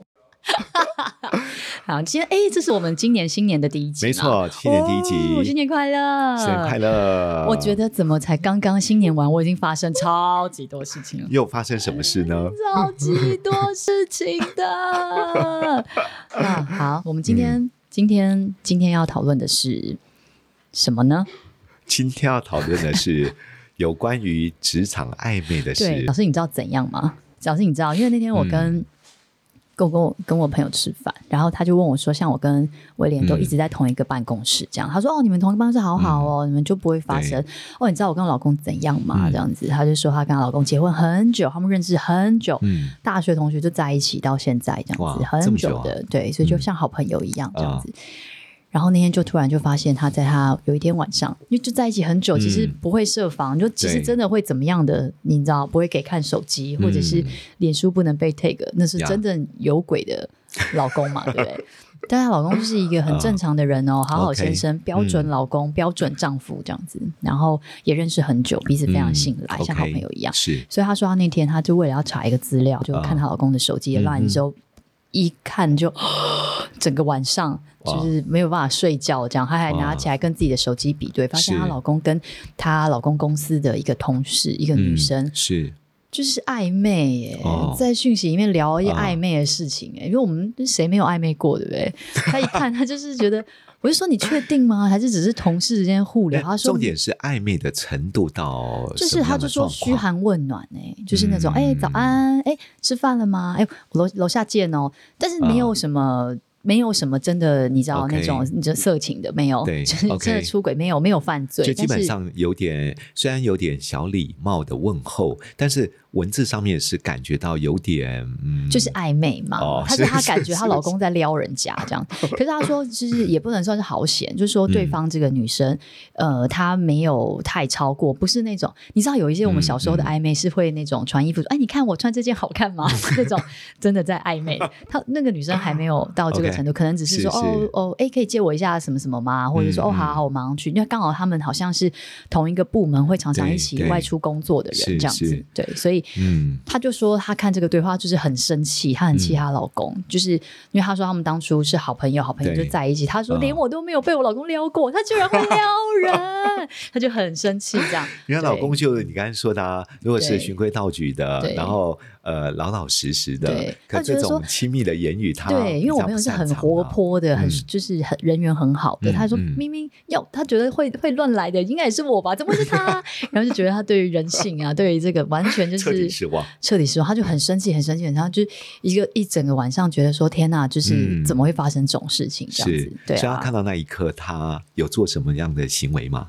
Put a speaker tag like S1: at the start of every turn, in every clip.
S1: 好，今天哎，这是我们今年新年的第一集，
S2: 没，错，新年第一
S1: 哦新
S2: 集，
S1: 年快乐，
S2: 新年快。乐。
S1: 我觉得怎么才刚刚新年完，我已经发生超级多事情了。
S2: 又发生什么事呢？
S1: 超级多事情的。 那好，我们今天、
S2: 嗯
S1: 今天今天要讨论的是什么呢？
S2: 今天要讨论的 是有关于职场暧昧的
S1: 对，
S2: 事嗯
S1: 老。师，你知道怎样吗？老师，你知道，因为那天我跟、跟我跟我跟我朋友吃饭，然后他就问我说，像我跟威廉都
S2: 嗯
S1: 一直在同一个办公室，这样。他说，哦，你们同一个办公室好好哦，你们就不会发生。哦，你知道我跟我老公怎样吗？
S2: 嗯
S1: 这样子，他就说他跟他老公结婚很久，他们认识很久，
S2: 嗯，
S1: 大学同学就在一起到现在这样子，
S2: 哇这
S1: 很
S2: 么久
S1: 久
S2: 啊
S1: 的，对，所以就
S2: 嗯啊
S1: 像好朋友一样这样子。然后那天就突然就发现他在他有一天晚上，因为就在一起很久，其实
S2: 嗯
S1: 不会设防，就其实
S2: 对
S1: 真的会怎么样的，你知道不会给看手机，或者是
S2: 嗯
S1: 脸书不能被 take，那是
S2: 呀
S1: 真正有鬼的老公嘛，对不 对？但她老公就是一个很正常的人哦，好好
S2: 啊 OK，嗯
S1: 先生，标准老公、标准丈夫这样子，然后也认识很久，彼此非常信赖，
S2: 嗯
S1: 像好
S2: OK，
S1: 朋友一样。
S2: 是
S1: 所以她说她那天她就为了要查一个资料，就看她老公的手机也乱
S2: 啊嗯哼
S1: 之后，一看就 整个晚上
S2: 哇
S1: 就是没有办法睡觉，这样她还拿起来跟自己的手机比对，发现
S2: 是
S1: 她老公跟她老公公司的一个同事，一个女生、
S2: 嗯是
S1: 就是暧昧耶、
S2: 哦
S1: 在讯息里面聊一些
S2: 哦
S1: 暧昧的事情哎、因为我们谁没有暧昧过对不对？她一看她就是觉得。我就说你确定吗？还是只是同事之间互聊？她
S2: 那
S1: 说
S2: 哎重点是暧昧的程度到
S1: 就
S2: 什
S1: 是
S2: 么
S1: 他
S2: 样
S1: 就
S2: 的
S1: 说
S2: 状
S1: 嘘
S2: 况
S1: 寒问暖哎、就是那种
S2: 嗯
S1: 哎、早安哎、吃饭了吗哎、我楼楼下见哦，但是没有
S2: 啊
S1: 什么。没有什么真的，你知道
S2: OK
S1: 那种你这色情的没有，
S2: 对
S1: 就是真的
S2: OK
S1: 出轨没有，没有犯罪，
S2: 就基
S1: 但
S2: 本
S1: 是
S2: 上有点，虽然有点小礼貌的问候，但是文字上面是感觉到有点，嗯，
S1: 就是暧昧嘛。
S2: 哦
S1: 她说
S2: 是
S1: 她
S2: 是
S1: 感觉她
S2: 是
S1: 老公在撩人家这样，可是她说就是也不能算是好险，就是说对
S2: 嗯
S1: 方这个女生，呃，她没有太超过，不是那种你知道有一些我们
S2: 嗯
S1: 小时候的
S2: 嗯
S1: 暧昧是会那种穿衣服，哎，你看我穿这件好看吗？ 那种真的在暧昧，她那个女生还没有到这个
S2: OK，嗯
S1: 程度，可能只是说
S2: 是
S1: 哦
S2: 是
S1: 哦，哎，可以借我一下什么什么吗？或者说
S2: 嗯
S1: 哦，好
S2: 嗯
S1: 好，我马上去，因为刚好他们好像是同一个部门，会常常一
S2: 对
S1: 起
S2: 对
S1: 外出工作的人
S2: 是
S1: 这样子
S2: 是，
S1: 对，所以
S2: 嗯，
S1: 她就说她看这个对话就是很生气，她很气她老公，就是因为她说他们当初是好朋友，好朋友就
S2: 嗯对
S1: 在一起。她说
S2: 嗯
S1: 连我都没有被我老公撩过，他居然会撩 人，她就很生气这样。
S2: 因为她老
S1: 对
S2: 公就是你刚才说的、啊，如果
S1: 对
S2: 是循规蹈矩的
S1: 对，
S2: 然后呃老老实实
S1: 对
S2: 的，
S1: 她
S2: 可
S1: 觉得
S2: 这
S1: 说
S2: 种亲密的言语他，
S1: 对，因为我朋友是很活，泼的，很
S2: 嗯
S1: 就是很人缘很好的。
S2: 嗯
S1: 他说
S2: 嗯
S1: 明明要他觉得会会乱来的，应该也是我吧？怎么会是 他？然后就觉得他对于人性啊，对于这个完全就
S2: 彻
S1: 是
S2: 底失望。
S1: 彻底失望，他就很生气，很生气，很生气，就一个一整个晚上觉得说天呐，就是
S2: 嗯
S1: 怎么会发生这种事情这样
S2: 是
S1: 子？，对
S2: 所以她
S1: 啊，
S2: 看到那一刻，她有做什么样的行为吗？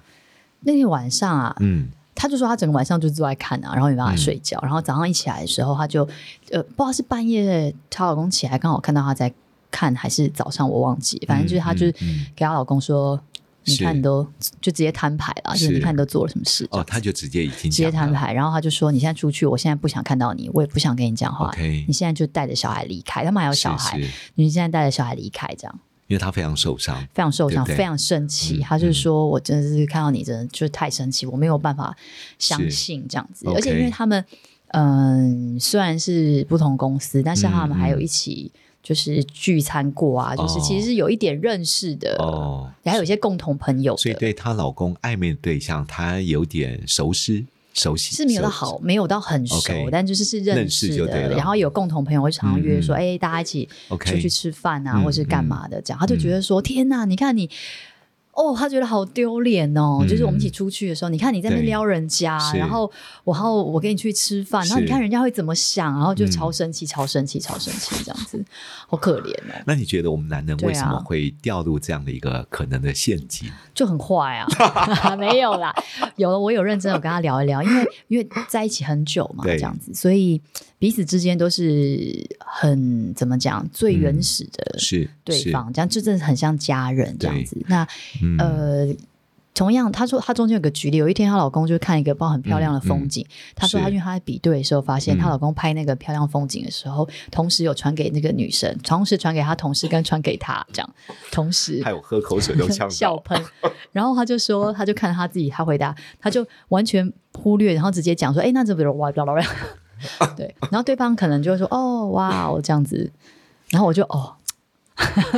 S1: 那天晚上啊，
S2: 嗯，
S1: 他就说他整个晚上就坐在看啊，然后没办法睡觉，然后早上一起来的时候，他就呃不知道是半夜她老公起来，刚好看到她在看，还是早上我忘记，反正就是她就是
S2: 嗯嗯
S1: 给她老公说，你
S2: 是
S1: 看你都就直接摊牌了，就是是你看你都做了什么事
S2: 哦，她就直接已经
S1: 直接
S2: 讲
S1: 摊
S2: 了
S1: 牌，然后他就说你现在出去，我现在不想看到你，我也不想跟你讲话
S2: OK
S1: 你现在就带着小孩离开，他们还有小孩，
S2: 是是
S1: 你现在带着小孩离开这样。
S2: 因为她非常受伤。
S1: 非常受伤，
S2: 对不对
S1: 非常生气。
S2: 嗯
S1: 他就是说我真的是看到你，真的就是太生气，我没有办法相信这样子。
S2: OK
S1: 而且因为他们，嗯，虽然是不同公司，但是他们
S2: 嗯嗯
S1: 还有一起就是聚餐过啊，就是
S2: 哦
S1: 其实是有一点认识的，
S2: 哦，
S1: 也还有一些共同朋友
S2: 所以
S1: 的。
S2: 对她老公暧昧的对象，她有点熟悉，熟悉
S1: 是没有到
S2: 熟
S1: 好，没有到很熟
S2: OK，
S1: 但就是是认
S2: 认识
S1: 识
S2: 就对
S1: 的，
S2: 了
S1: 然后有共同朋友会常常约说，
S2: 嗯嗯
S1: 哎、大家一起
S2: OK
S1: 出去吃饭啊，
S2: 嗯
S1: 或是干嘛的，这样他就觉得说，天哪，你看你。哦，他觉得好丢脸哦！
S2: 嗯
S1: 就是我们一起出去的时候，你看你在那边
S2: 对
S1: 撩人家，
S2: 是
S1: 然后我，然后我跟你去吃饭，然后
S2: 是
S1: 你看人家会怎么想，然后就
S2: 嗯
S1: 超生气、超生气、超生气这样子，好可怜哦，
S2: 那你觉得我们男人
S1: 对啊呃
S2: 为什么会掉入这样的一个可能的陷阱？
S1: 就很坏啊！ 没有啦，有了，我有认真有跟他聊一聊，因为因为在一起很久嘛，这
S2: 对
S1: 样子，所以彼此之间都是很怎么讲最原始的
S2: 是
S1: 对方，这样就真的很像家人这样子。那
S2: 嗯
S1: 呃，同样，她说她中间有个举例，有一天她老公就看一个包很漂亮的风景，她说
S2: 嗯是
S1: 她因为她在比对的时候发现，
S2: 嗯
S1: 她老公拍那个漂亮风景的时候，同时有传给那个女生，同时传给她同事跟传给她这样，同时
S2: 害我喝口水都呛
S1: 笑
S2: 到。
S1: 喷，然后她就说，她就看她自己，她回答，她就完全忽略，然后直接讲说，哎，那这比如哇，blah blah blah 对，然后对方可能就会说，哦，哇哦，这样子，然后我就哦，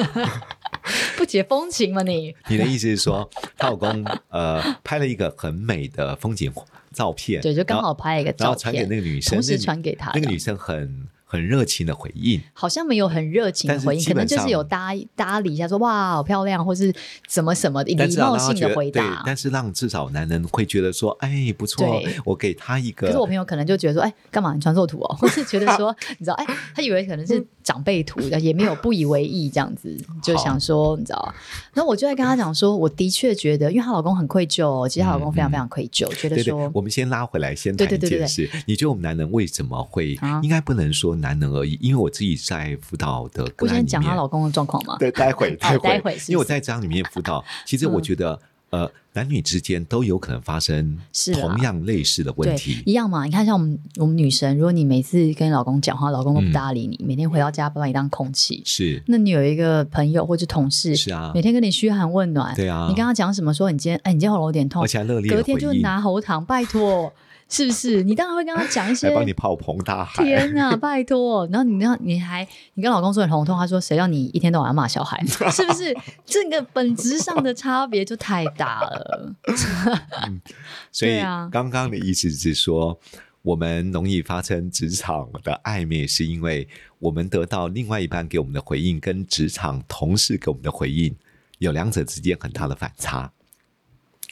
S1: 不解风情嘛你。
S2: 你的意思是说，她老公呃拍了一个很美的风景照片，
S1: 对，就刚
S2: 然
S1: 好
S2: 后
S1: 拍一个
S2: 然
S1: 照
S2: 后传给
S1: 片，
S2: 那个女生，
S1: 同时
S2: 那女
S1: 传给她
S2: 那个
S1: 的
S2: 女生很很热情的回应，
S1: 好像没有很热情
S2: 但
S1: 的
S2: 是
S1: 回应，
S2: 基
S1: 可
S2: 本
S1: 能就是
S2: 上
S1: 有搭搭理一下说哇好漂亮，或是怎么什么礼
S2: 但是让
S1: 貌
S2: 她
S1: 性
S2: 觉
S1: 的
S2: 得
S1: 回
S2: 对
S1: 答，。
S2: 但是让至少男人会觉得说，哎，不错
S1: 对，
S2: 我给她一个。
S1: 可是我朋友可能就觉得说，哎，干嘛你传错图 哦？或是觉得说，你知道，哎，他以为可能是长辈 图，也没有不以为意这样子，就想说，你知道。然后我就在跟她讲说，我的确觉得，因为她老公很愧疚哦，其实她老公非常非常愧疚，觉得
S2: 嗯对对
S1: 说，，
S2: 我们先拉回来，先
S1: 对对
S2: 谈一
S1: 对对对
S2: 件事。你觉得我们男人为什么会
S1: 啊？
S2: 应该不能说男人而已，因为我自己在辅导的
S1: 我
S2: 个案里
S1: 先
S2: 面，
S1: 讲她老公的状况嘛。
S2: 对，待会，待会，
S1: 待会是不是
S2: 因为我在这样里面辅 导，其实我
S1: 嗯
S2: 觉得，呃，男女之间都有可能发生
S1: 是啊
S2: 同样类似的问
S1: 对，
S2: 题。
S1: 一样嘛。你看，像我们我们女生，如果你每次跟老公讲话，老公都不搭理你，每天回到家把你当空气，
S2: 是，
S1: 那你有一个朋友或者同事，
S2: 嗯是啊
S1: 每天跟你嘘寒问暖，
S2: 对啊
S1: 你跟他讲什么说你今天哎，你今天喉咙有点痛
S2: 而，且还热烈地
S1: 隔天
S2: 回
S1: 就
S2: 应
S1: 拿喉糖，拜托，是不是？你当然会跟他讲一些
S2: 来。帮你炮棚大海，
S1: 天呐，拜托！然后你那你还你跟老公说你头痛，他说谁让你一天到晚要骂小孩，是不 是？这个本质上的差别就太大了。
S2: 所以
S1: 对啊
S2: 刚刚的意思是说。我们容易发生职场的暧昧，是因为我们得到另外一半给我们的回应，跟职场同事给我们的回应有两者之间很大的反差。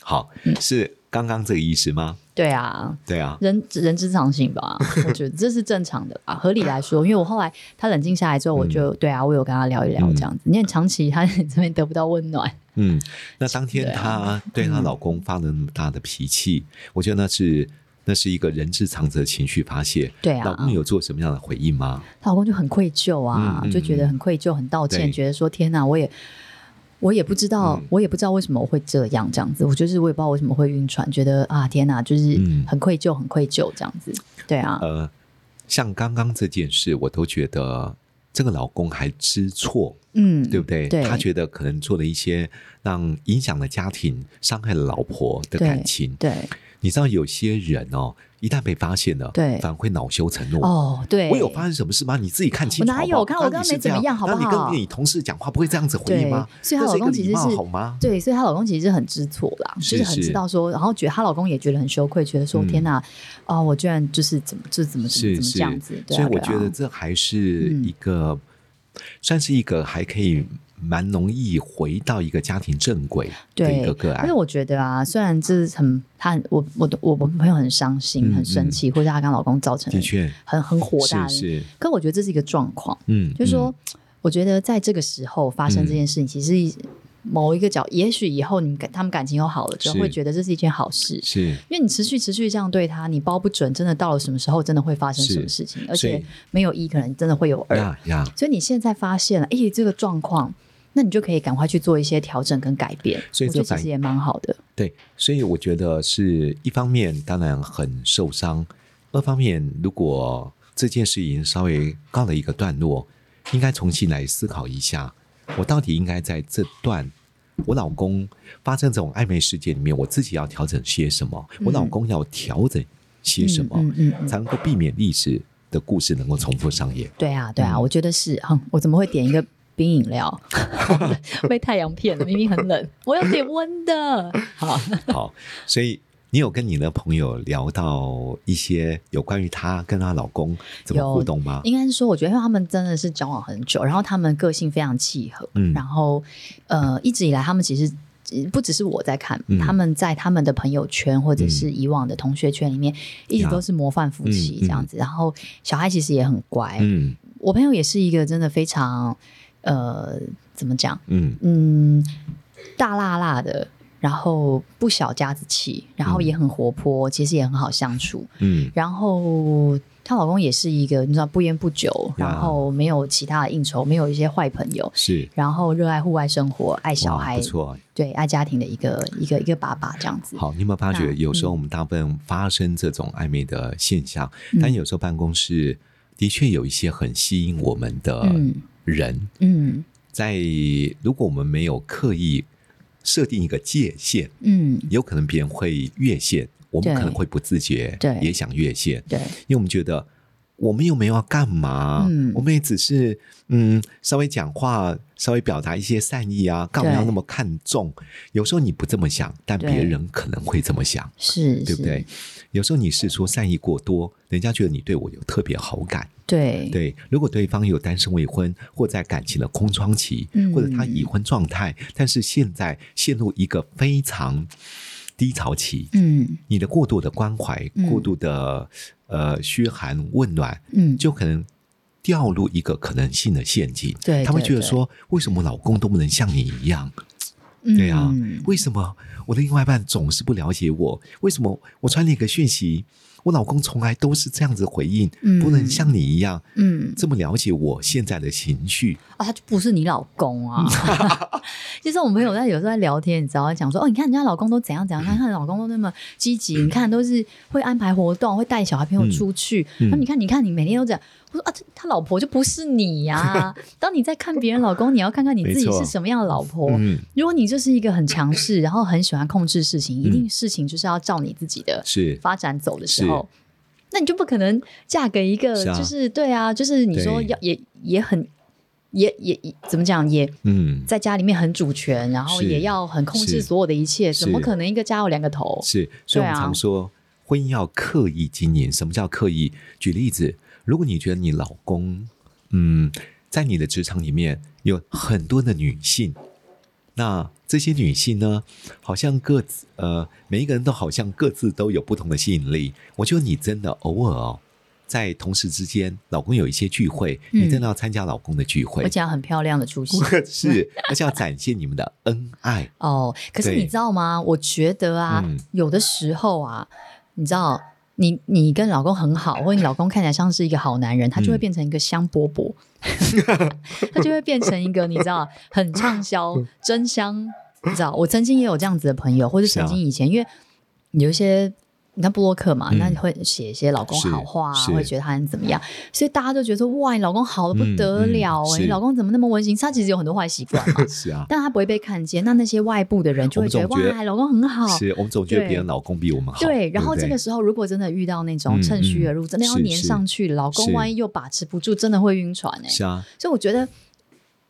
S2: 好，
S1: 嗯
S2: 是刚刚这个意思吗？
S1: 对啊，
S2: 对啊，
S1: 人人之常情吧，我觉得这是正常的吧，合理来说，因为我后来他冷静下来之后，我就、对啊，我有跟他聊一聊
S2: 嗯
S1: 这样子，你很长期他这边得不到温暖，
S2: 嗯，那当天
S1: 对啊
S2: 她对她老公发了那么大的脾气，我觉得那是那是一个人之常情的情绪发泄。
S1: 对啊
S2: 老公有做什么样的回应吗？
S1: 她老公就很愧疚啊，
S2: 嗯嗯
S1: 就觉得很愧疚，很道
S2: 对
S1: 歉，觉得说天哪，我也。我也不知道，
S2: 嗯
S1: 我也不知道为什么我会这样这样子，我就是我也不知道为什么会晕船，觉得啊天哪，就是
S2: 嗯
S1: 很愧疚，很愧疚这样子。对啊，
S2: 呃，像刚刚这件事，我都觉得这个老公还知错，
S1: 嗯，
S2: 对不对？
S1: 对
S2: 他觉得可能做了一些让影响了家庭、伤害了老婆的
S1: 对
S2: 感情。
S1: 对
S2: 你知道有些人哦，一旦被发现了，
S1: 对
S2: 反而会恼羞成怒。
S1: 哦，对，
S2: 我有发生什么事吗？你自己看清楚
S1: 我哪
S2: 好不
S1: 有
S2: 好
S1: 我看我
S2: 当
S1: 刚
S2: 你
S1: 刚
S2: 是
S1: 没怎么
S2: 这
S1: 样好不
S2: 当你
S1: 好
S2: 跟你同事讲话不会这样子回
S1: 对，
S2: 应吗？
S1: 所以她老
S2: 这是一个
S1: 公其
S2: 礼
S1: 实
S2: 貌
S1: 是
S2: 好吗？
S1: 对，所以她老公其实是很知错啦，
S2: 是
S1: 就是很
S2: 是
S1: 知道说，然后觉得她老公也觉得很羞愧，觉得说
S2: 嗯
S1: 天哪，啊、我居然就是怎么就怎么怎么怎
S2: 是
S1: 么
S2: 是
S1: 这样子，对啊、
S2: 所以我
S1: 对啊
S2: 觉得这还是
S1: 嗯
S2: 一个，算是一个还可以蛮容易回到一个家庭正轨的一
S1: 对
S2: 个个案
S1: 因为。我觉得啊，虽然这是很她很我我的我我朋友很伤心、
S2: 嗯
S1: 很生气，或者她跟老公造成
S2: 的确，
S1: 很很火大的，
S2: 是是，
S1: 可我觉得这是一个状况，
S2: 嗯，
S1: 就是说，我觉得在这个时候发生这件事情，其实某一个角，也许以后你们感他们感情又好了之后，
S2: 是
S1: 会觉得这是一件好事
S2: 嗯、。是。
S1: 因为你持续持续这样对他，你包不准真的到了什么时候，真的会发生
S2: 是
S1: 什么事情，而
S2: 所
S1: 且
S2: 以
S1: 没有一，可能真的会有二。
S2: 呀呀，
S1: 所以你现在发现了，诶，这个状况，那你就可以赶快去做一些调整跟改变。
S2: 所以
S1: 我觉
S2: 这
S1: 得
S2: 反
S1: 其实也蛮好的。
S2: 对，所以我觉得是一方面，当然很受伤；二方面，如果这件事已经稍微告了一个段落，应该重新来思考一下，我到底应该在这段我老公发生这种暧昧事件里面，我自己要调整些什么？我老
S1: 嗯
S2: 公要调整些什么，
S1: 嗯嗯嗯嗯
S2: 才能够避免历史的故事能够重复上演？
S1: 对啊，对啊，
S2: 嗯
S1: 我觉得是。哼，我怎么会点一个冰饮 料？被太阳骗了，明明很冷，我要点温的。好，
S2: 好，所以你有跟你的朋友聊到一些有关于她跟她老公怎么
S1: 有
S2: 互动吗？
S1: 应该是说，我觉得因为他们真的是交往很久，然后他们个性非常契合，
S2: 嗯
S1: 然后呃，一直以来他们其实。呃不只是我在看，
S2: 嗯
S1: 他们在他们的朋友圈或者是以往的同学圈里面，一直都是模范夫妻
S2: 嗯
S1: 这样子。然后小孩其实也很乖，
S2: 嗯
S1: 我朋友也是一个真的非常呃，怎么讲？
S2: 嗯，
S1: 嗯，大辣辣的，然后不小家子气，然后也很活泼，其实也很好相处。
S2: 嗯
S1: 然后她老公也是一个你知道不烟不酒，
S2: 呀
S1: 然后没有其他的应酬，没有一些坏朋友，
S2: 是
S1: 然后热爱户外生活，爱小
S2: 哇
S1: 孩
S2: 不，错。
S1: 对，爱家庭的一个一个一个爸爸这样子。
S2: 好，你有没有发
S1: 那
S2: 觉，有时候我们大部分发生这种暧昧的现象，
S1: 嗯
S2: 但有时候办公室的确有一些很吸引我们的
S1: 嗯
S2: 人，
S1: 嗯
S2: 在如果我们没有刻意设定一个界限，
S1: 嗯，
S2: 有可能别人会越线，我
S1: 对
S2: 们可能会不自觉，
S1: 对
S2: 也想越线，
S1: 对，
S2: 因为我们觉得我们又没有要干嘛，
S1: 嗯
S2: 我们也只是嗯稍微讲话，稍微表达一些善意啊，干嘛
S1: 对
S2: 要那么看重？有时候你不这么想，但
S1: 对
S2: 别人可能会这么想，
S1: 是，
S2: 对
S1: 是
S2: 不对？？有时候你是说善意过多，人家觉得你对我有特别好感。
S1: 对
S2: 对，如果对方有单身未婚，或在感情的空窗期，
S1: 嗯
S2: 或者他已婚状态，但是现在陷入一个非常低潮期，
S1: 嗯
S2: 你的过度的关怀
S1: 嗯、
S2: 过度的、呃嘘寒问暖，
S1: 嗯，
S2: 就可能掉入一个可能性的陷阱。
S1: 对
S2: 他会
S1: 对
S2: 觉得
S1: 对
S2: 说，为什么我老公都不能像你一样？对啊，
S1: 嗯
S2: 为什么我的另外一半总是不了解我？为什么我传了一个讯息，我老公从来都是这样子回应，不能
S1: 嗯
S2: 像你一样？
S1: 嗯，
S2: 这么了解我现在的情绪，
S1: 啊，他就不是你老公啊。 其实我们朋友在有时候在聊天，你知道，讲说哦，你看人家老公都怎样
S2: 嗯
S1: 怎样，看看老公都那么积极，你看都是会安排活动，会带小孩朋友出去。
S2: 嗯嗯
S1: 那、你看，你看你每天都这样。我说啊，这他老婆就不是你呀、当你在看别人老公，你要看看你自己
S2: 没错
S1: 是什么样的老婆。
S2: 嗯，
S1: 如果你就是一个很强势，然后很喜欢控制事情，一
S2: 嗯
S1: 定事情就是要照你自己的
S2: 是
S1: 发展走的时
S2: 是
S1: 候，那你就不可能嫁给一个
S2: 是啊
S1: 就是对啊，就是你说
S2: 对
S1: 要也也很也也也怎么讲，也
S2: 嗯，
S1: 在家里面很主权，然后
S2: 是
S1: 也要很控制
S2: 是
S1: 所有的一切，
S2: 是
S1: 怎么可能一个家有两个头？
S2: 是，所以
S1: 对
S2: 我
S1: 啊
S2: 们常说、婚姻要刻意经营。什么叫刻意？举例子，如果你觉得你老公，嗯，在你的职场里面有很多的女性，那这些女性呢，好像各自呃，每一个人都好像各自都有不同的吸引力。我觉得你真的偶尔哦。在同事之间，老公有一些聚会，
S1: 嗯
S2: 你真的要参加老公的聚会
S1: 而，且要很漂亮的出席
S2: 是，而且要展现你们的恩爱。
S1: 哦。可是
S2: 对
S1: 你知道吗？我觉得啊，
S2: 嗯
S1: 有的时候啊，你知道。你你跟老公很好，或者你老公看起来像是一个好男人，他就会
S2: 嗯
S1: 变成一个香饽饽， 他就会变成一个你知道很畅 销
S2: 嗯
S1: 真香，你知道我曾经也有这样子的朋友，或者
S2: 是啊
S1: 曾经以前，因为有一些你看布洛克嘛，
S2: 嗯
S1: 那你会写一些老公好话啊，
S2: 是是
S1: 会觉得他很怎么样，所以大家都觉得说哇，你老公好的不
S2: 嗯
S1: 得了
S2: 嗯
S1: 哎、
S2: 是，
S1: 你老公怎么那么温馨？他其实有很多坏习惯嘛
S2: 是啊，
S1: 但他不会被看见。那那些外部的人就会觉得
S2: 我们总觉得
S1: 哇，老公很好。
S2: 是我们总觉得
S1: 对
S2: 别人老公比我们好。
S1: 对，然后
S2: 不
S1: 这个时候，如果真的遇到那种
S2: 嗯
S1: 趁虚而入，
S2: 嗯
S1: 真的要
S2: 是
S1: 粘上去，老公
S2: 是
S1: 万一又把持不住，真的会晕船哎、
S2: 是啊，
S1: 所以我觉得，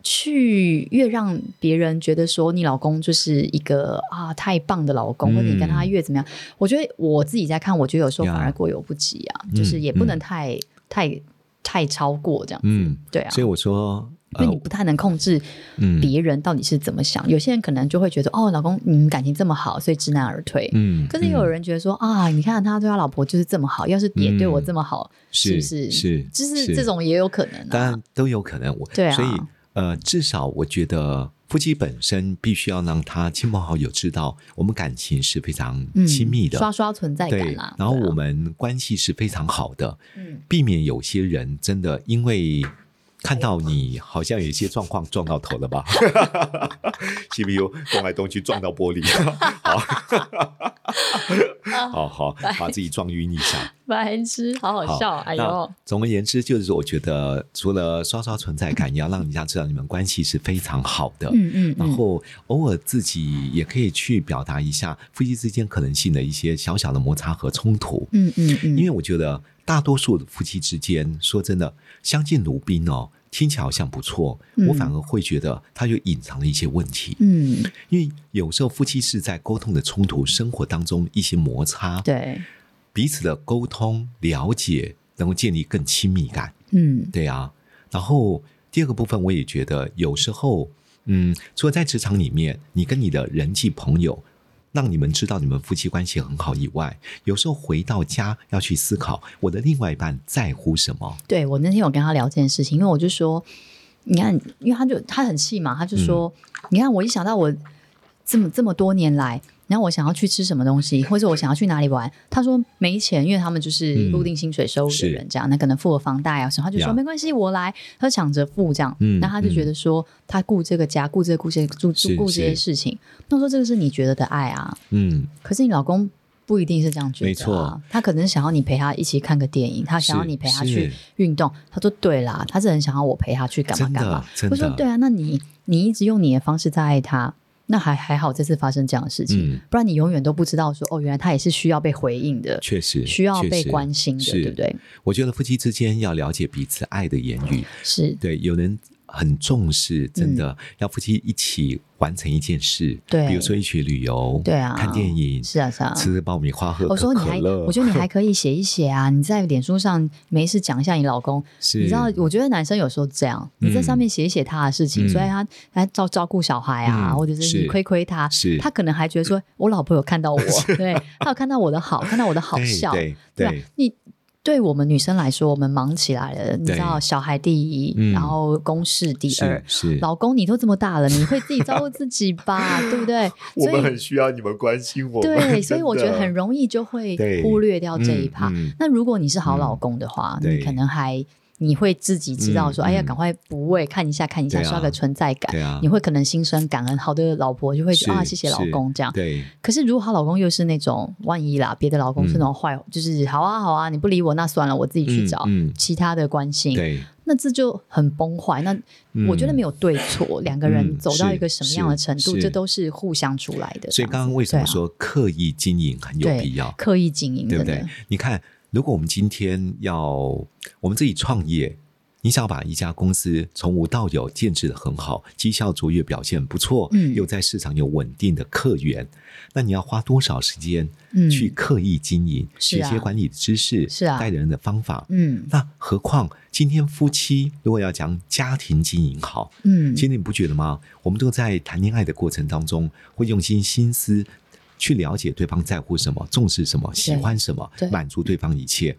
S1: 去越让别人觉得说你老公就是一个啊太棒的老公，
S2: 嗯
S1: 或者你跟他越怎么样，我觉得我自己在看，我觉得有时候
S2: 呀
S1: 反而过犹不及啊，
S2: 嗯
S1: 就是也不能
S2: 嗯
S1: 太、太太超过这样子，
S2: 嗯，
S1: 对啊。
S2: 所以我说，
S1: 因
S2: 呃
S1: 为你，不太能控制
S2: 嗯
S1: 别人到底是怎么想，有些人可能就会觉得哦，老公你们感情这么好，所以知难而退。
S2: 嗯，
S1: 可是也有
S2: 嗯嗯
S1: 人觉得说、啊，你看他对他老婆就是这么好，要是也对我这么好，是不
S2: 是
S1: 是？
S2: 是
S1: 就是
S2: 是
S1: 这种也有可能、啊。
S2: 当然都有可能，我
S1: 对啊
S2: 所以呃，至少我觉得夫妻本身必须要让他亲朋好友知道，我们感情是非常
S1: 嗯
S2: 亲密的，
S1: 刷刷存在感
S2: 对
S1: 啦。，
S2: 然后
S1: 对啊
S2: 我们关系是非常好的，
S1: 嗯
S2: 避免有些人真的因为看到你好像有一些状况撞到头了吧 ，CPU 动来动去撞到 玻璃，
S1: 啊
S2: 好，好好把自己撞晕一下。
S1: 白痴，好好笑，哎
S2: 那
S1: 呦，
S2: 总而言之，就是我觉得除了刷刷存在感，也要让人家知道你们关系是非常好的。
S1: 嗯嗯，嗯
S2: 然后偶尔自己也可以去表达一下夫妻之间可能性的一些小小的摩擦和冲突。
S1: 嗯嗯嗯，
S2: 因为我觉得大多数的夫妻之间，说真的，相敬如宾哦，听起来好像不错，
S1: 嗯
S2: 我反而会觉得他有隐藏了一些问题，
S1: 嗯
S2: 因为有时候夫妻是在沟通的冲突、生活当中一些摩擦，
S1: 对，
S2: 彼此的沟通了解，能够建立更亲密感，
S1: 嗯
S2: 对啊。然后第二个部分，我也觉得有时候，嗯，除了在职场里面，你跟你的人际朋友。让你们知道你们夫妻关系很好以外，有时候回到家要去思考我的另外一半在乎什么。
S1: 对我那天有跟他聊这件事情，因为我就说，你看，
S2: 嗯
S1: 因为他就他很气嘛，他就说，你看我一想到我这么这么多年来，然后我想要去吃什么东 西，或者我想要去哪里玩，他说没钱，因为他们就是
S2: 嗯
S1: 固定薪水收入的
S2: 是
S1: 人，这样、那可能付了房贷啊什么，他就说
S2: Yeah
S1: 没关系，我来，他就抢着付这样，
S2: 嗯
S1: 那他就觉得说他顾这个家，顾这个顾这个顾
S2: 是
S1: 顾这些
S2: 是
S1: 事情，那我说这个是你觉得的爱啊，
S2: 嗯，
S1: 可是你老公。不一定是这样觉得、啊，
S2: 没错，
S1: 他可能想要你陪他一起看个电影，他想要
S2: 是
S1: 你陪他
S2: 是
S1: 去运动。他说对啦，他是很想要我陪他去干嘛
S2: 真
S1: 干嘛
S2: 的。真
S1: 我说
S2: 的，
S1: 对啊，那你你一直用你的方式在爱他，那还还好，这次发生这样的事情，
S2: 嗯
S1: 不然你永远都不知道说哦，原来他也是需要被回应的，
S2: 确实
S1: 需要
S2: 确
S1: 被
S2: 实
S1: 关心的，
S2: 是
S1: 对不嗯对？
S2: 我觉得夫妻之间要了解彼此爱的言语，
S1: 是，
S2: 对，有人很重视，真的、要夫妻一起完成一件事，
S1: 嗯对
S2: 比如说一起旅游，
S1: 对啊
S2: 看电影，
S1: 是啊，是啊。
S2: 吃爆米花，喝
S1: 我说你
S2: 可
S1: 还，
S2: 乐，
S1: 我觉得你还可以写一写啊，你在脸书上没事讲一下你老公，
S2: 是
S1: 你知道，我觉得男生有时候这样，你在上面写一写他的事情，
S2: 嗯
S1: 所以他来照照顾小孩啊，
S2: 嗯
S1: 或者是
S2: 是
S1: 你亏亏他，
S2: 是
S1: 他可能还觉得说，我老婆有看到我，对，他有看到我的好，看到我的好
S2: 对
S1: 笑，
S2: 对
S1: 对吧
S2: 对，？
S1: 你对我们女生来说，我们忙起来了，你知道，
S2: 对
S1: 小孩第一，
S2: 嗯
S1: 然后公事第
S2: 是
S1: 二。
S2: 是，
S1: 老公，你都这么大了，你会自己照顾自己 吧，对不对？
S3: 我
S1: 所
S3: 们
S1: 以
S3: 很需要你们关心我们。
S1: 对，所以
S3: 真
S1: 我觉得
S3: 的
S1: 很容易就会
S2: 对
S1: 忽略掉这一趴。
S2: 嗯嗯
S1: 那如果你是好老公的话，
S2: 嗯
S1: 你可能还你会自己知道说，
S2: 嗯
S1: 哎呀，
S2: 嗯
S1: 赶快补位看一下看一下，
S2: 对啊
S1: 刷个存在感。
S2: 对啊，
S1: 你会可能心生感恩，好的老婆就会觉得
S2: 是
S1: 啊，谢谢老
S2: 是
S1: 公这样。
S2: 对
S1: 可是如果她老公又是那种万一啦，别的老公是那种坏，就是好啊好啊，你不理我那算了，我自己去找
S2: 嗯嗯
S1: 其他的关心，
S2: 对，
S1: 那这就很崩坏。那
S2: 嗯
S1: 我觉得没有对错，两个人
S2: 嗯
S1: 走到
S2: 是
S1: 一个什么样的程度，
S2: 嗯是
S1: 这都是互相出来的。这
S2: 所以
S1: 样子
S2: 刚刚为什
S1: 对
S2: 么
S1: 啊
S2: 说刻意经营很有
S1: 对
S2: 必要？
S1: 刻意经营，
S2: 对不
S1: 真的
S2: 对？你看，如果我们今天要我们自己创业，你想要把一家公司从无到有建制的很好，绩效卓越，表现不错，
S1: 嗯
S2: 又在市场有稳定的客源，那你要花多少时间
S1: 嗯
S2: 去刻意经营，
S1: 是
S2: 学
S1: 啊
S2: 些管理的知识，
S1: 是啊
S2: 待人的方法？
S1: 嗯
S2: 那何况今天夫妻如果要讲家庭经营好，
S1: 嗯，
S2: 其实你不觉得吗？我们都在谈恋爱的过程当中，会用心心思去了解对方在乎什么、重视什么、喜欢什么
S1: 对，
S2: 满足对方一切。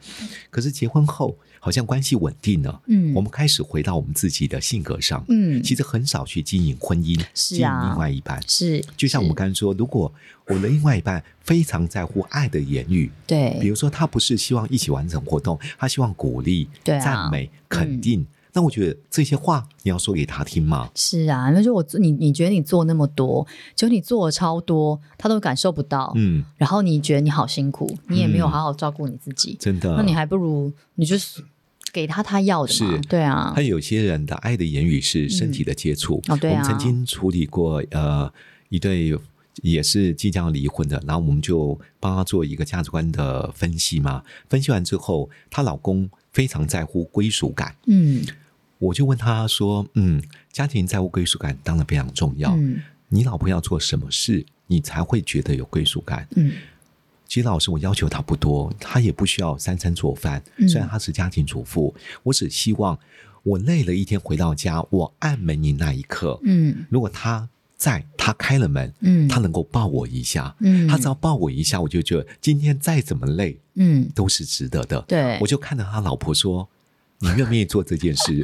S2: 可是结婚后，好像关系稳定了，
S1: 嗯
S2: 我们开始回到我们自己的性格上，
S1: 嗯
S2: 其实很少去经营婚姻，
S1: 是
S2: 经营
S1: 啊
S2: 另外一半。
S1: 是
S2: 就像我们
S1: 是
S2: 刚才说，如果我的另外一半非常在乎爱的言语，比
S1: 对
S2: 如说，他不是希望一起完成活动，他希望鼓励、
S1: 对啊
S2: 赞美、肯定。那我觉得这些话你要说给他听嘛，
S1: 是啊，那就我你你觉得你做那么多，结果你做了超多，他都感受不到，
S2: 嗯，
S1: 然后你觉得你好辛苦，你也没有
S2: 嗯
S1: 好好照顾你自己，
S2: 真的。
S1: 那你还不如你就是给他他要的嘛
S2: 是，
S1: 对啊
S2: 还，有些人的爱的言语是身体的接触。
S1: 嗯嗯哦对啊
S2: 我们曾经处理过呃一对也是即将要离婚的，然后我们就帮她做一个价值观的分析嘛。分析完之后，她老公非常在乎归属感，
S1: 嗯
S2: 我就问她说：“嗯，家庭在乎归属感当然非常重要，
S1: 嗯
S2: 你老婆要做什么事，你才会觉得有归属感？”
S1: 嗯
S2: 其实老师，我要求她不多，她也不需要三餐做饭。
S1: 嗯
S2: 虽然她是家庭主妇，我只希望我累了一天回到家，我按门铃那一刻，
S1: 嗯
S2: 如果她在，她开了门，
S1: 嗯，
S2: 她能够抱我一下。
S1: 嗯
S2: 她只要抱我一下，我就觉得今天再怎么累
S1: 嗯
S2: 都是值得的。
S1: 对
S2: 我，就看着他老婆说：“你愿不愿意做这件事？”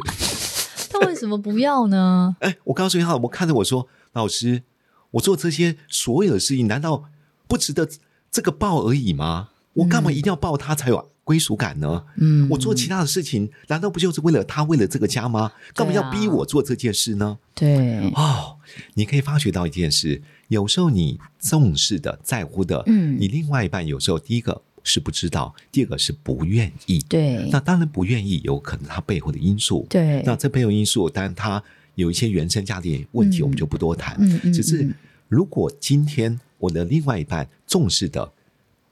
S1: 他为什么不要呢？
S2: 哎，我告诉你，他老婆看着我说：“老师，我做这些所有的事情，难道不值得这个抱而已吗？我干嘛一定要抱他才有归属感呢？
S1: 嗯，
S2: 我做其他的事情，难道不就是为了他，为了这个家吗？干嘛
S1: 啊
S2: 要逼我做这件事呢？”
S1: 对，
S2: 哦，你可以发觉到一件事，有时候你重视的、在乎的，
S1: 嗯
S2: 你另外一半有时候第一个是不知道，第二个是不愿意。
S1: 对
S2: 那当然不愿意，有可能他背后的因素。
S1: 对，
S2: 那这背后因素，当然它有一些原生家庭问题，
S1: 嗯
S2: 我们就不多谈。
S1: 嗯嗯
S2: 只是
S1: 嗯
S2: 如果今天我的另外一半重视的、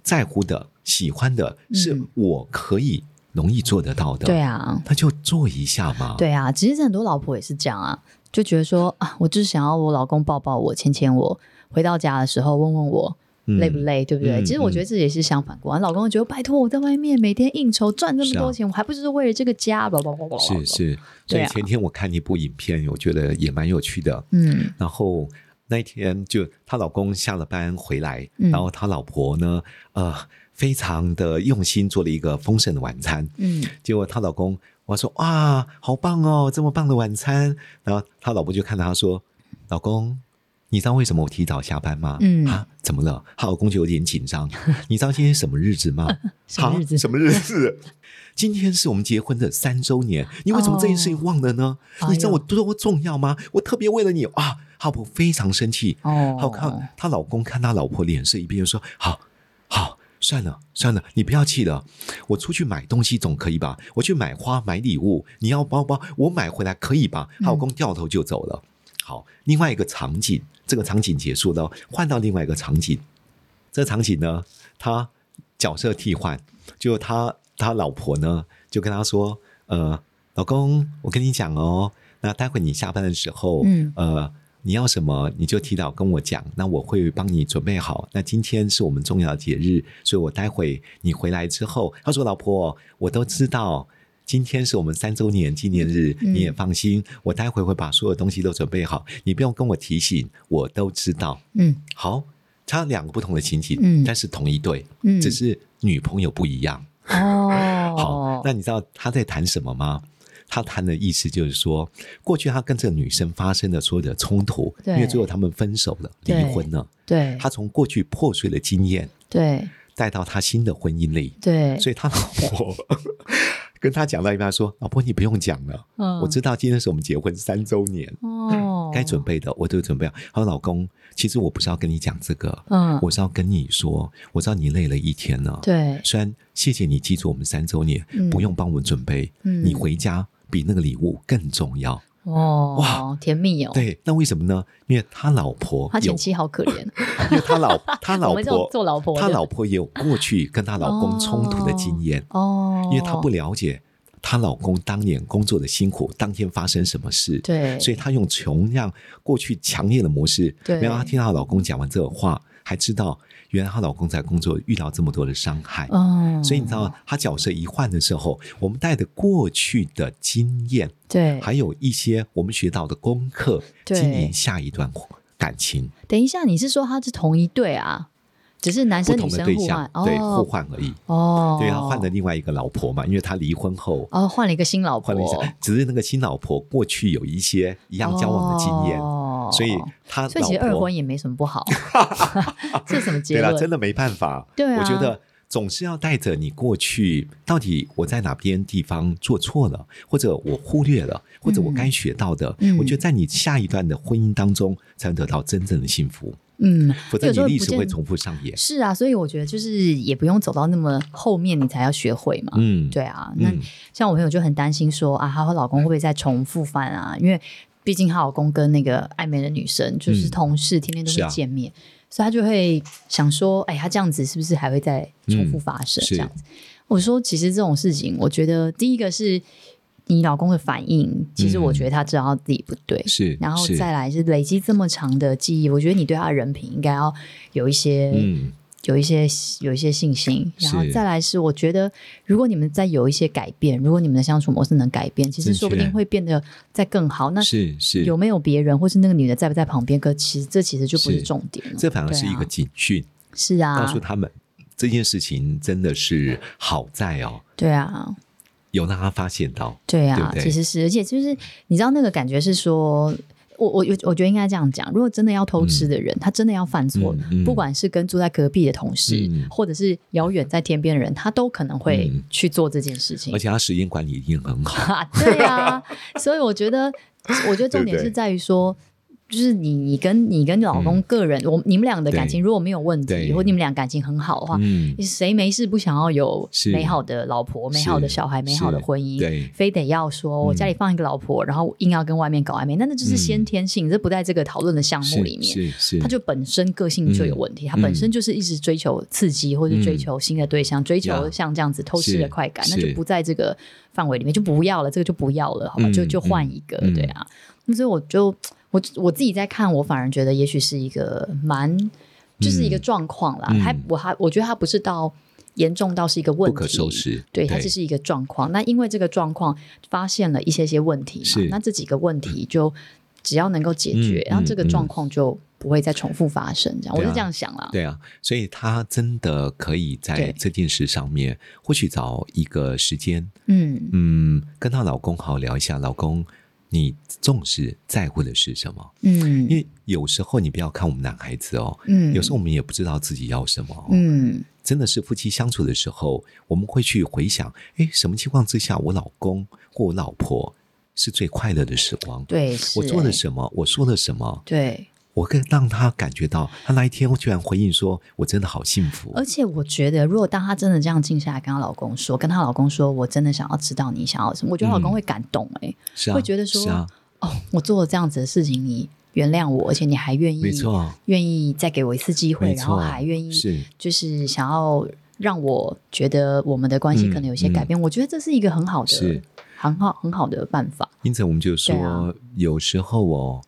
S2: 在乎的、喜欢的，是我可以容易做得到的，
S1: 嗯对，啊，
S2: 那就做一下嘛。，
S1: 对啊，其实很多老婆也是这样啊，就觉得说啊，我就是想要我老公抱抱我、牵牵我，回到家的时候问问我。
S2: 嗯
S1: 累不累，对不对？
S2: 嗯
S1: 其实我觉得这也是相反过来，老公就觉得拜托我在外面每天应酬赚这么
S2: 是啊
S1: 多钱，我还不就是为了这个家？叭叭叭叭叭叭
S2: 是是。所
S1: 对
S2: 以
S1: 啊
S2: 前天我看一部影片，我觉得也蛮有趣的。
S1: 嗯
S2: 然后那一天就她老公下了班回来，
S1: 嗯
S2: 然后她老婆呢，呃，非常的用心做了一个丰盛的晚餐。
S1: 嗯
S2: 结果她老公我说哇，好棒哦，这么棒的晚餐。然后她老婆就看着他说：“老公，你知道为什么我提早下班吗？
S1: 嗯
S2: 啊，怎么了？好，工作有点紧 张。你知道今天什么日子吗？
S1: 什么日子
S2: 啊什么日子？今天是我们结婚的三周年，你为什么这件事情忘了呢？
S1: 哦
S2: 你知道我多多重要吗？我特别为了你啊，好，我非常生气。
S1: 哦
S2: 好看她老公看她老婆脸色一变，就说：“好，好，算了，算了，你不要气了。我出去买东西总可以吧？我去买花、买礼物，你要包包，我买回来可以吧？”她老公掉头就走
S1: 嗯
S2: 了。好，另外一个场景，这个场景结束了，换到另外一个场景。这场景呢，他角色替换，就他他老婆呢就跟他说：“呃，老公，我跟你讲哦，那待会你下班的时候，
S1: 嗯
S2: 呃，你要什么你就提早跟我讲，那我会帮你准备好。那今天是我们重要的节日，所以我待会你回来之后，他说：‘老婆，我都知道。’”今天是我们三周年纪念日，
S1: 嗯
S2: 你也放心，我待会会把所有东西都准备好，你不用跟我提醒，我都知道。
S1: 嗯
S2: 好，它两个不同的情景，
S1: 嗯
S2: 但是同一对，
S1: 嗯，
S2: 只是女朋友不一样。
S1: 哦，
S2: 好，那你知道他在谈什么吗？他谈的意思就是说，过去他跟这个女生发生的所有的冲突，因
S1: 对
S2: 为最后他们分手了，离
S1: 对
S2: 婚了。
S1: 对
S2: 他从过去破碎的经验
S1: 对
S2: 带到他新的婚姻里，
S1: 对，
S2: 所以他老婆 跟他讲到一半说：“老婆，你不用讲了，
S1: 嗯
S2: 我知道今天是我们结婚三周年，
S1: 哦，
S2: 该准备的我都准备好。她说：“老公，其实我不是要跟你讲这个，
S1: 嗯
S2: 我是要跟你说，我知道你累了一天了。
S1: 对
S2: 虽然谢谢你记住我们三周年，
S1: 嗯
S2: 不用帮我们准备，
S1: 嗯
S2: 你回家比那个礼物更重要。
S1: 哦，
S2: 哇
S1: 甜蜜哦，，
S2: 对，那为什么呢？因为他老婆
S1: 他
S2: 有
S1: 前，妻好可 怜，
S2: 因为他老他老
S1: 我们这种
S2: 婆
S1: 做老婆的
S2: 他老婆也有过去跟她老公冲突的经验，
S1: 哦，
S2: 因为她不了解她老公当年工作的辛苦，当天发生什么事，
S1: 对，
S2: 所以她用同样过去强烈的模式，
S1: 对
S2: 然后她听到她老公讲完这个话，还知道原来她老公在工作遇到这么多的伤害。
S1: 哦，
S2: 所以你知道，她角色一换的时候，我们带着过去的经验，
S1: 对，
S2: 还有一些我们学到的功课，
S1: 对
S2: 经营下一段感情，
S1: 等一下，你是说他是同一对啊？只是男
S2: 不
S1: 生女
S2: 同的
S1: 生
S2: 对
S1: 互
S2: 象
S1: 换，，哦
S2: 对互换而已。
S1: 哦，
S2: 对，她换了另外一个老婆嘛，因为她离婚后
S1: 哦，换了一个新老婆，
S2: 换了一下，只是那个新老婆过去有一些一样交往的经验，
S1: 哦
S2: 所以她
S1: 所以其实
S2: 老
S1: 二
S2: 婆
S1: 婚也没什么不 好，这是什么结
S2: 对
S1: 论？
S2: 了，真的没办法。
S1: 对啊
S2: 我觉得总是要带着你过去，到底我在哪边地方做错了，或者我忽略了，或者我该学到的，
S1: 嗯
S2: 我觉得在你下一段的婚姻当中，才能得到真正的幸福，
S1: 嗯，
S2: 否则
S1: 有时
S2: 你
S1: 候
S2: 历
S1: 不
S2: 史
S1: 见
S2: 会重复上演。
S1: 是啊，所以我觉得就是也不用走到那么后面，你才要学会嘛。
S2: 嗯，
S1: 对啊，那
S2: 嗯，
S1: 像我朋友就很担心说啊，她和老公会不会再重复犯啊？因为毕竟她老公跟那个暧昧的女生就是
S2: 嗯
S1: 同事，天天都
S2: 是
S1: 会
S2: 啊
S1: 见面，所以她就会想说，哎，她这样子是不是还会再重复
S2: 嗯
S1: 发生？
S2: 是
S1: 这样子，我说其实这种事情，我觉得第一个是你老公的反应，其实我
S2: 嗯
S1: 觉得他知道自己不对，
S2: 是，
S1: 然后
S2: 是
S1: 再来是累积这么长的记忆，我觉得你对他的人品应该要有一些、
S2: 嗯，
S1: 有一些有一些信心。
S2: 是
S1: 然后再来是，我觉得如果你们再有一些改变，如果你们的相处模式能改变，其实
S2: 正确
S1: 说不定会变得再更好。那
S2: 是是
S1: 有没有别人，或是那个女的在不在旁边？可其实这其实就不是
S2: 是
S1: 重点了。
S2: 这反而
S1: 对
S2: 是一个
S1: 啊
S2: 警讯，
S1: 是啊，
S2: 告诉他们这件事情真的是好在哦，
S1: 对啊，
S2: 有让他发现到，
S1: 对
S2: 对
S1: 啊，
S2: 不对
S1: 其实是，而且就是你知道那个感觉是说。我我我觉得应该这样讲，如果真的要偷吃的人，他真的要犯错，
S2: 嗯嗯嗯
S1: 不管是跟住在隔壁的同事，
S2: 嗯
S1: 或者是遥远在天边的人，他都可能会
S2: 嗯
S1: 去做这件事情
S2: 而。且他时间管理一定很好。
S1: 啊，对啊，所以我觉得，我觉得重点
S2: 对
S1: 是在于说。就是你，你跟你跟你老公个人，我你们俩的感情
S2: 对
S1: 如果没有问题，
S2: 对
S1: 或你们俩感情很好的话，
S2: 嗯，
S1: 谁没事不想要有
S2: 是
S1: 美好的老婆、美好的小孩、
S2: 是
S1: 美好的婚姻？
S2: 对嗯
S1: 非得要说我家里放一个老婆，然后硬要跟外面搞暧昧，那那就是先天性，这不在这个讨论的项目里面。
S2: 是是，嗯
S1: 他就本身个性就有问题，他本身就是一直追求刺激，或是追求新的对象，追求
S2: 呀
S1: 像这样子偷吃的
S2: 是
S1: 快感，
S2: 是
S1: 那就不在这个范围里面，就不要了，这个就不要了，好吧，
S2: 嗯
S1: 就就换一个，
S2: 嗯
S1: 对啊。那所以我就我我自己在看，我反而觉得也许是一个蛮就是一个状况啦，
S2: 嗯
S1: 还我还我觉得它不是到严重到是一个问
S2: 不
S1: 题，
S2: 可收拾，
S1: 对，它只是一个状况。那因为这个状况发现了一些些问题嘛
S2: 是，
S1: 那这几个问题就只要能够解决，
S2: 嗯
S1: 然后这个
S2: 嗯
S1: 状况就不会再重复发生。这样，我
S2: 对啊
S1: 是这样想啦。
S2: 对啊，所以他真的可以在
S1: 对
S2: 这件事上面，或许找一个时间，
S1: 嗯，
S2: 嗯，跟她老公好好聊一下，老公。你重视在乎的是什么。
S1: 嗯
S2: 因为有时候你不要看我们男孩子哦，
S1: 嗯
S2: 有时候我们也不知道自己要什么、哦。
S1: 嗯
S2: 真的是夫妻相处的时候，我们会去回想，诶，什么情况之下我老公或我老婆是最快乐的时光？
S1: 对，是
S2: 我做了
S1: 欸
S2: 什么？我说了什么？
S1: 对，
S2: 我更让他感觉到，他那一天居然回应说：“我真的好幸福。
S1: 而且我觉得，如果当她真的这样静下来跟她老公说，跟她老公说，我真的想要知道你想要什么，我觉得她老公
S2: 嗯
S1: 会感动哎、
S2: 是啊，
S1: 会觉得说
S2: 是啊，
S1: 哦，我做了这样子的事情，你原谅我，而且你还愿意，
S2: 没错，
S1: 愿意再给我一次机会，
S2: 没
S1: 然后
S2: 错，
S1: 还愿意
S2: 是
S1: 就是想要让我觉得我们的关系
S2: 嗯
S1: 可能有些改变，我觉得这是一个很好的
S2: 是、
S1: 很好、很好的办法。
S2: 因此，我们就说，
S1: 对啊
S2: 有时候哦，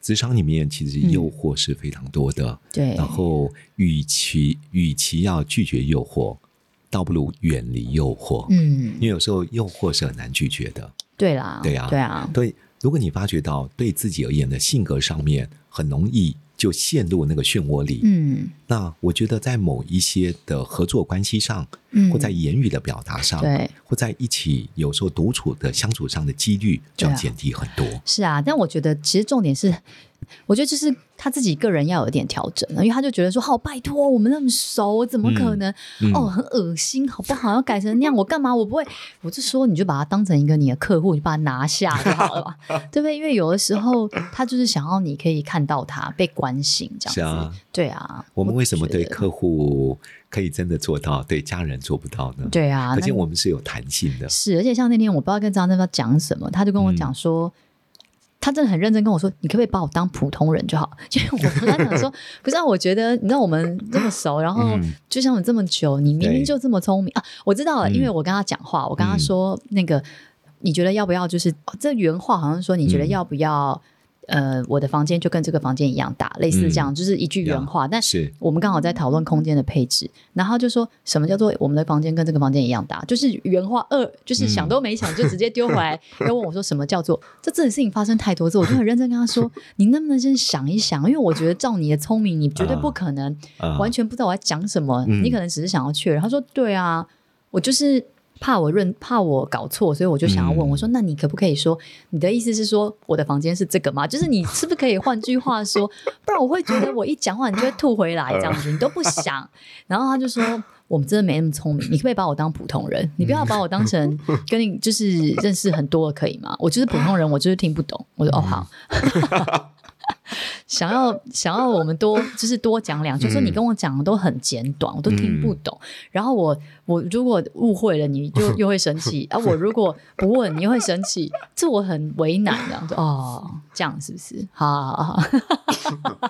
S2: 职场里面其实
S1: 嗯
S2: 诱惑是非常多的。
S1: 对，
S2: 然后，与其与其要拒绝诱惑，倒不如远离诱惑。因
S1: 嗯，
S2: 为有时候诱惑是很难拒绝的。
S1: 对啦，
S2: 对啊
S1: 对啊，
S2: 对，如果你发觉到对自己而言的性格上面很容易就陷入那个漩涡里，
S1: 嗯
S2: 那我觉得在某一些的合作关系上，
S1: 嗯，
S2: 或在言语的表达上，
S1: 对。
S2: 或在一起有时候独处的相处上的几率就要
S1: 对啊
S2: 减低很多。
S1: 是啊，但我觉得其实重点是，我觉得就是他自己个人要有一点调整，啊因为他就觉得说，好拜托，我们那么熟，怎么可能？
S2: 嗯嗯
S1: 哦，很恶心，好不好？要改成那样，我干嘛？我不会，我就说你就把他当成一个你的客户，你就把他拿下就好 了嘛，对不对？因为有的时候他就是想要你可以看到他被关心这样子，
S2: 是啊
S1: 对啊，
S2: 我们为什么
S1: 觉得
S2: 对客户可以真的做到，对家人做不到呢？，
S1: 对啊，那
S2: 可见我们是有弹性的。
S1: 是，而且像那天我不知道跟张正要讲什么，他就跟
S2: 嗯
S1: 我讲说。他真的很认真跟我说：“你可不可以把我当普通人就好？” 因为我跟他讲说：“不是、啊，我觉得你知道我们这么熟，然后
S2: 嗯
S1: 就像我这么久，你明明
S2: 对
S1: 就这么聪明啊！我知道了，因为
S2: 嗯
S1: 我跟他讲话，我跟他
S2: 嗯
S1: 说那个，你觉得要不要？就是、哦这原话好像说你觉得
S2: 嗯
S1: 要不要？呃，我的房间就跟这个房间一样大，类似这样，就是一句原
S2: 嗯呀
S1: 话。但
S2: 是
S1: 我们刚好在讨论空间的配置，然后就说什么叫做我们的房间跟这个房间一样大，就是原话二，就是想都没想就直接丢回来，要问我说什么叫做这这种事情发生太多次，我就很认真跟他说，你能不能先想一想，因为我觉得照你的聪明，你绝对不可能
S2: 啊，
S1: 完全不知道我在讲什么，
S2: 嗯
S1: 你可能只是想要确认。他说对啊，我就是。怕我认怕我搞错，所以我就想要问、
S2: 嗯
S1: 我说：“那你可不可以说你的意思是说我的房间是这个吗？就是你是不是可以换句话说， 不然我会觉得我一讲话你就会吐回来这样子，你都不想。然后他就说：“我们真的没那么聪明，你可不可以把我当普通人？你不要把我当成跟你就是认识很多可以吗？我就是普通人，我就是听不懂。”我说：“哦，好。” 想要想要我们多就是多讲两句，说你跟我讲的都很简短，我都听不懂。然后我我如果误会了，你就又会生气啊；我如果不问，你又会生气，这我很为难这样子哦，这样是不是？好好好。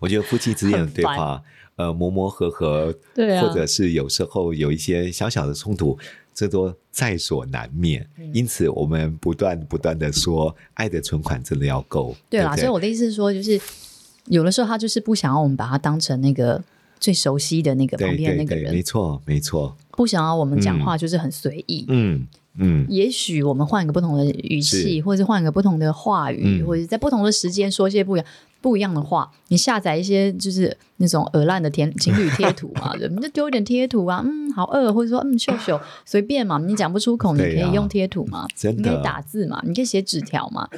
S2: 我觉得夫妻之间的对
S1: 很
S2: 话，呃，磨磨合合，
S1: 对啊
S2: 或者是有时候有一些小小的冲突，这都在所难免。
S1: 嗯
S2: 因此，我们不断不断的说，爱的存款真的要够，
S1: 对啊
S2: 对
S1: 啦，
S2: 不
S1: 所以我的意思是说，就是有的时候他就是不想要我们把他当成那个最熟悉的那个旁
S2: 对
S1: 边的
S2: 对
S1: 那个
S2: 对，没嗯
S1: 人，
S2: 错没错，
S1: 不想要我们讲话就是很随意。
S2: 嗯嗯，
S1: 也许我们换一个不同的语气，
S2: 是
S1: 或者是换一个不同的话语，
S2: 嗯
S1: 或者在不同的时间说一些不一样不一样的话。你下载一些就是那种耳烂的甜情侣贴图 嘛，对，你就丢一点贴图啊，嗯，好饿，或者说嗯，秀秀随便嘛，你讲不出口，你可
S2: 对啊
S1: 以用贴图嘛，
S2: 真
S1: 你
S2: 的
S1: 可以打字嘛，你可以写纸条嘛。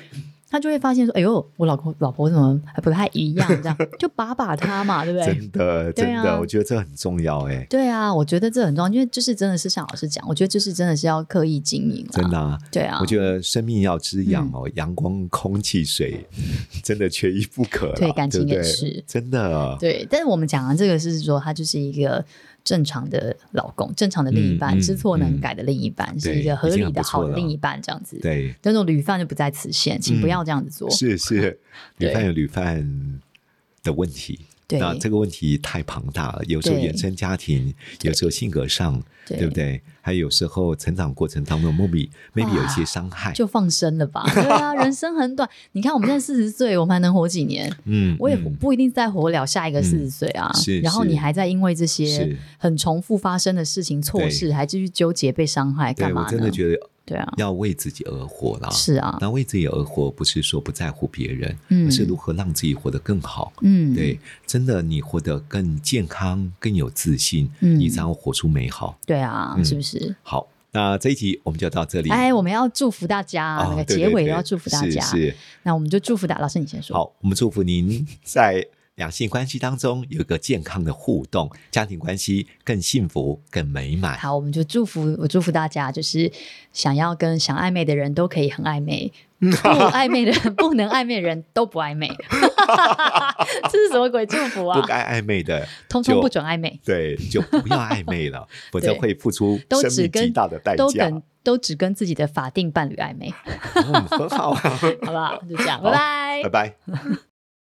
S1: 他就会发现说：“哎呦，我老公老婆怎么哎还不太一样？这 样就把把他嘛，对不对？
S2: 真的
S1: 对
S2: 真
S1: 啊
S2: 的，我觉得这很重要哎、
S1: 对啊，我觉得这很重要，因为就是真的是像老师讲，我觉得就是真的是要刻意经营、啊，
S2: 真的、啊。
S1: 对啊，嗯
S2: 我觉得生命要滋养哦，阳光、空气、水， 真的缺一不可啦。
S1: 对感情
S2: 不
S1: 也
S2: 对
S1: 是
S2: 真的。哦
S1: 对，但是我们讲的这个是说，他就是一个正常的老公，正常的另一半，
S2: 嗯嗯嗯
S1: 知错能改的另一半，是一个
S2: 对
S1: 合
S2: 已经
S1: 理
S2: 很
S1: 的
S2: 不错
S1: 好的
S2: 了
S1: 另一半，这样子。，
S2: 对，嗯
S1: 那种屡犯就不在此限，请不要这样子做。
S2: 是是，
S1: 对
S2: 屡犯有屡犯的问题。
S1: 对
S2: 那这个问题太庞大了，有时候
S1: 对
S2: 原生家庭，有时候性格上，
S1: 对
S2: 对不对？还有时候成长过程当中，maybe maybe 有一些伤害。
S1: 啊就放生 了吧，对啊，人生很短。你看我们现在四十岁，我们还能活几年？
S2: 嗯，
S1: 我也
S2: 嗯
S1: 不一定再活了下一个四十岁啊。
S2: 是
S1: 然后你
S2: 是
S1: 还在因为这些
S2: 是
S1: 很重复发生的事情错
S2: 对
S1: 事，还继续纠结被伤害，干
S2: 对
S1: 嘛
S2: 我
S1: 呢？
S2: 真的觉得
S1: 对啊，
S2: 要为自己而活啦。
S1: 是啊，
S2: 那为自己而活，不是说不在乎别人，
S1: 嗯
S2: 而是如何让自己活得更好。
S1: 嗯，
S2: 对，真的，你活得更健康、更有自信，
S1: 嗯
S2: 你才会活出美好。
S1: 对啊，
S2: 嗯
S1: 是不是？
S2: 好，那这一集我们就到这里。
S1: 哎，我们要祝福大家，
S2: 啊
S1: 那个
S2: 对
S1: 结
S2: 对
S1: 尾
S2: 对
S1: 要祝福大
S2: 是
S1: 家。
S2: 是
S1: 那我们就祝福大老师，你先说。
S2: 好，我们祝福您在两性关系当中有一个健康的互动，家庭关系更幸福、更美满。
S1: 好，我们就祝福我祝福大家，就是想要跟想暧昧的人都可以很暧 昧，不暧昧的人不能暧昧的人都不暧昧，这是什么鬼祝福
S2: 不
S1: 啊？
S2: 该暧昧的，
S1: 通通不准暧昧，
S2: 对，就不要暧昧 了，否则
S1: 对
S2: 会付出
S1: 都
S2: 生
S1: 只
S2: 命极
S1: 跟
S2: 大的代
S1: 都
S2: 价
S1: 跟。都只跟自己的法定伴侣暧昧，
S2: 嗯很好 啊，
S1: 好不好？就这样，拜拜
S2: 拜。拜。